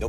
No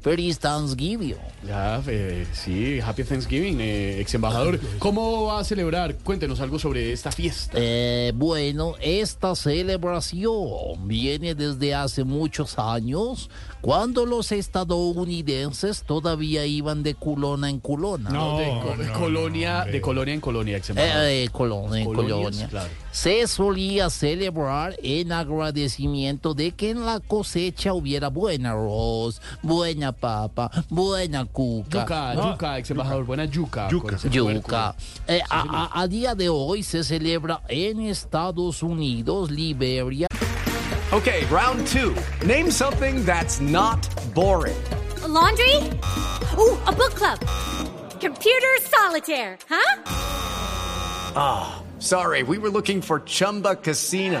Feliz Thanksgiving. Ya, eh, sí, Happy Thanksgiving, eh, ex embajador. ¿Cómo va a celebrar? Cuéntenos algo sobre esta fiesta. Eh, bueno, esta celebración viene desde hace muchos años, cuando los estadounidenses todavía iban de culona en culona. de, co- de colonia, de colonia en colonia, ex embajador. Eh, eh, colonia, en Colonias, colonia. claro. Se solía celebrar en agradecimiento de que en la cosecha hubiera buen arroz, buena papa, buena cuca. yuca, yuca, ex embajador, buena yuca. con ese Yuca. puerco. Eh, a, a- a día de hoy se celebra en Estados Unidos, Liberia. Okay, round two. Name something that's not boring. laundry? Ooh, a book club. Computer solitaire, huh? Sorry, we were looking for Chumba Casino.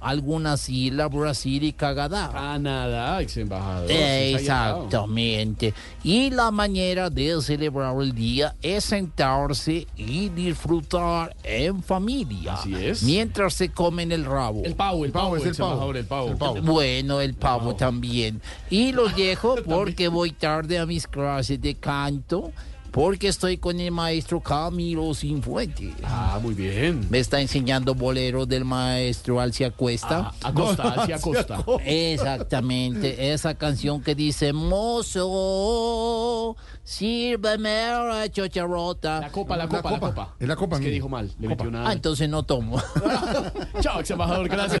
Algunas islas, Brasil y Canadá. Canadá, ex embajador. Ah, sí, Eh, está allá. Exactamente. Y la manera de celebrar el día es sentarse y disfrutar en familia. Así es. Mientras se comen el rabo. El pavo, el pavo, es el ex pavo. embajador, el pavo. Bueno, el pavo también. Y los dejo porque voy tarde a mis clases de canto, porque estoy con el maestro Camilo Sinfuente. Ah, muy bien. Me está enseñando boleros del maestro Alcia Cuesta. Acosta, hacia Acosta. Exactamente, esa canción que dice Mozo, sírveme la chocharrota. La copa, la copa, la copa. Es la copa, Es que amigo. dijo mal, le metió Ah, una... entonces no tomo. Chao, ex embajador, gracias.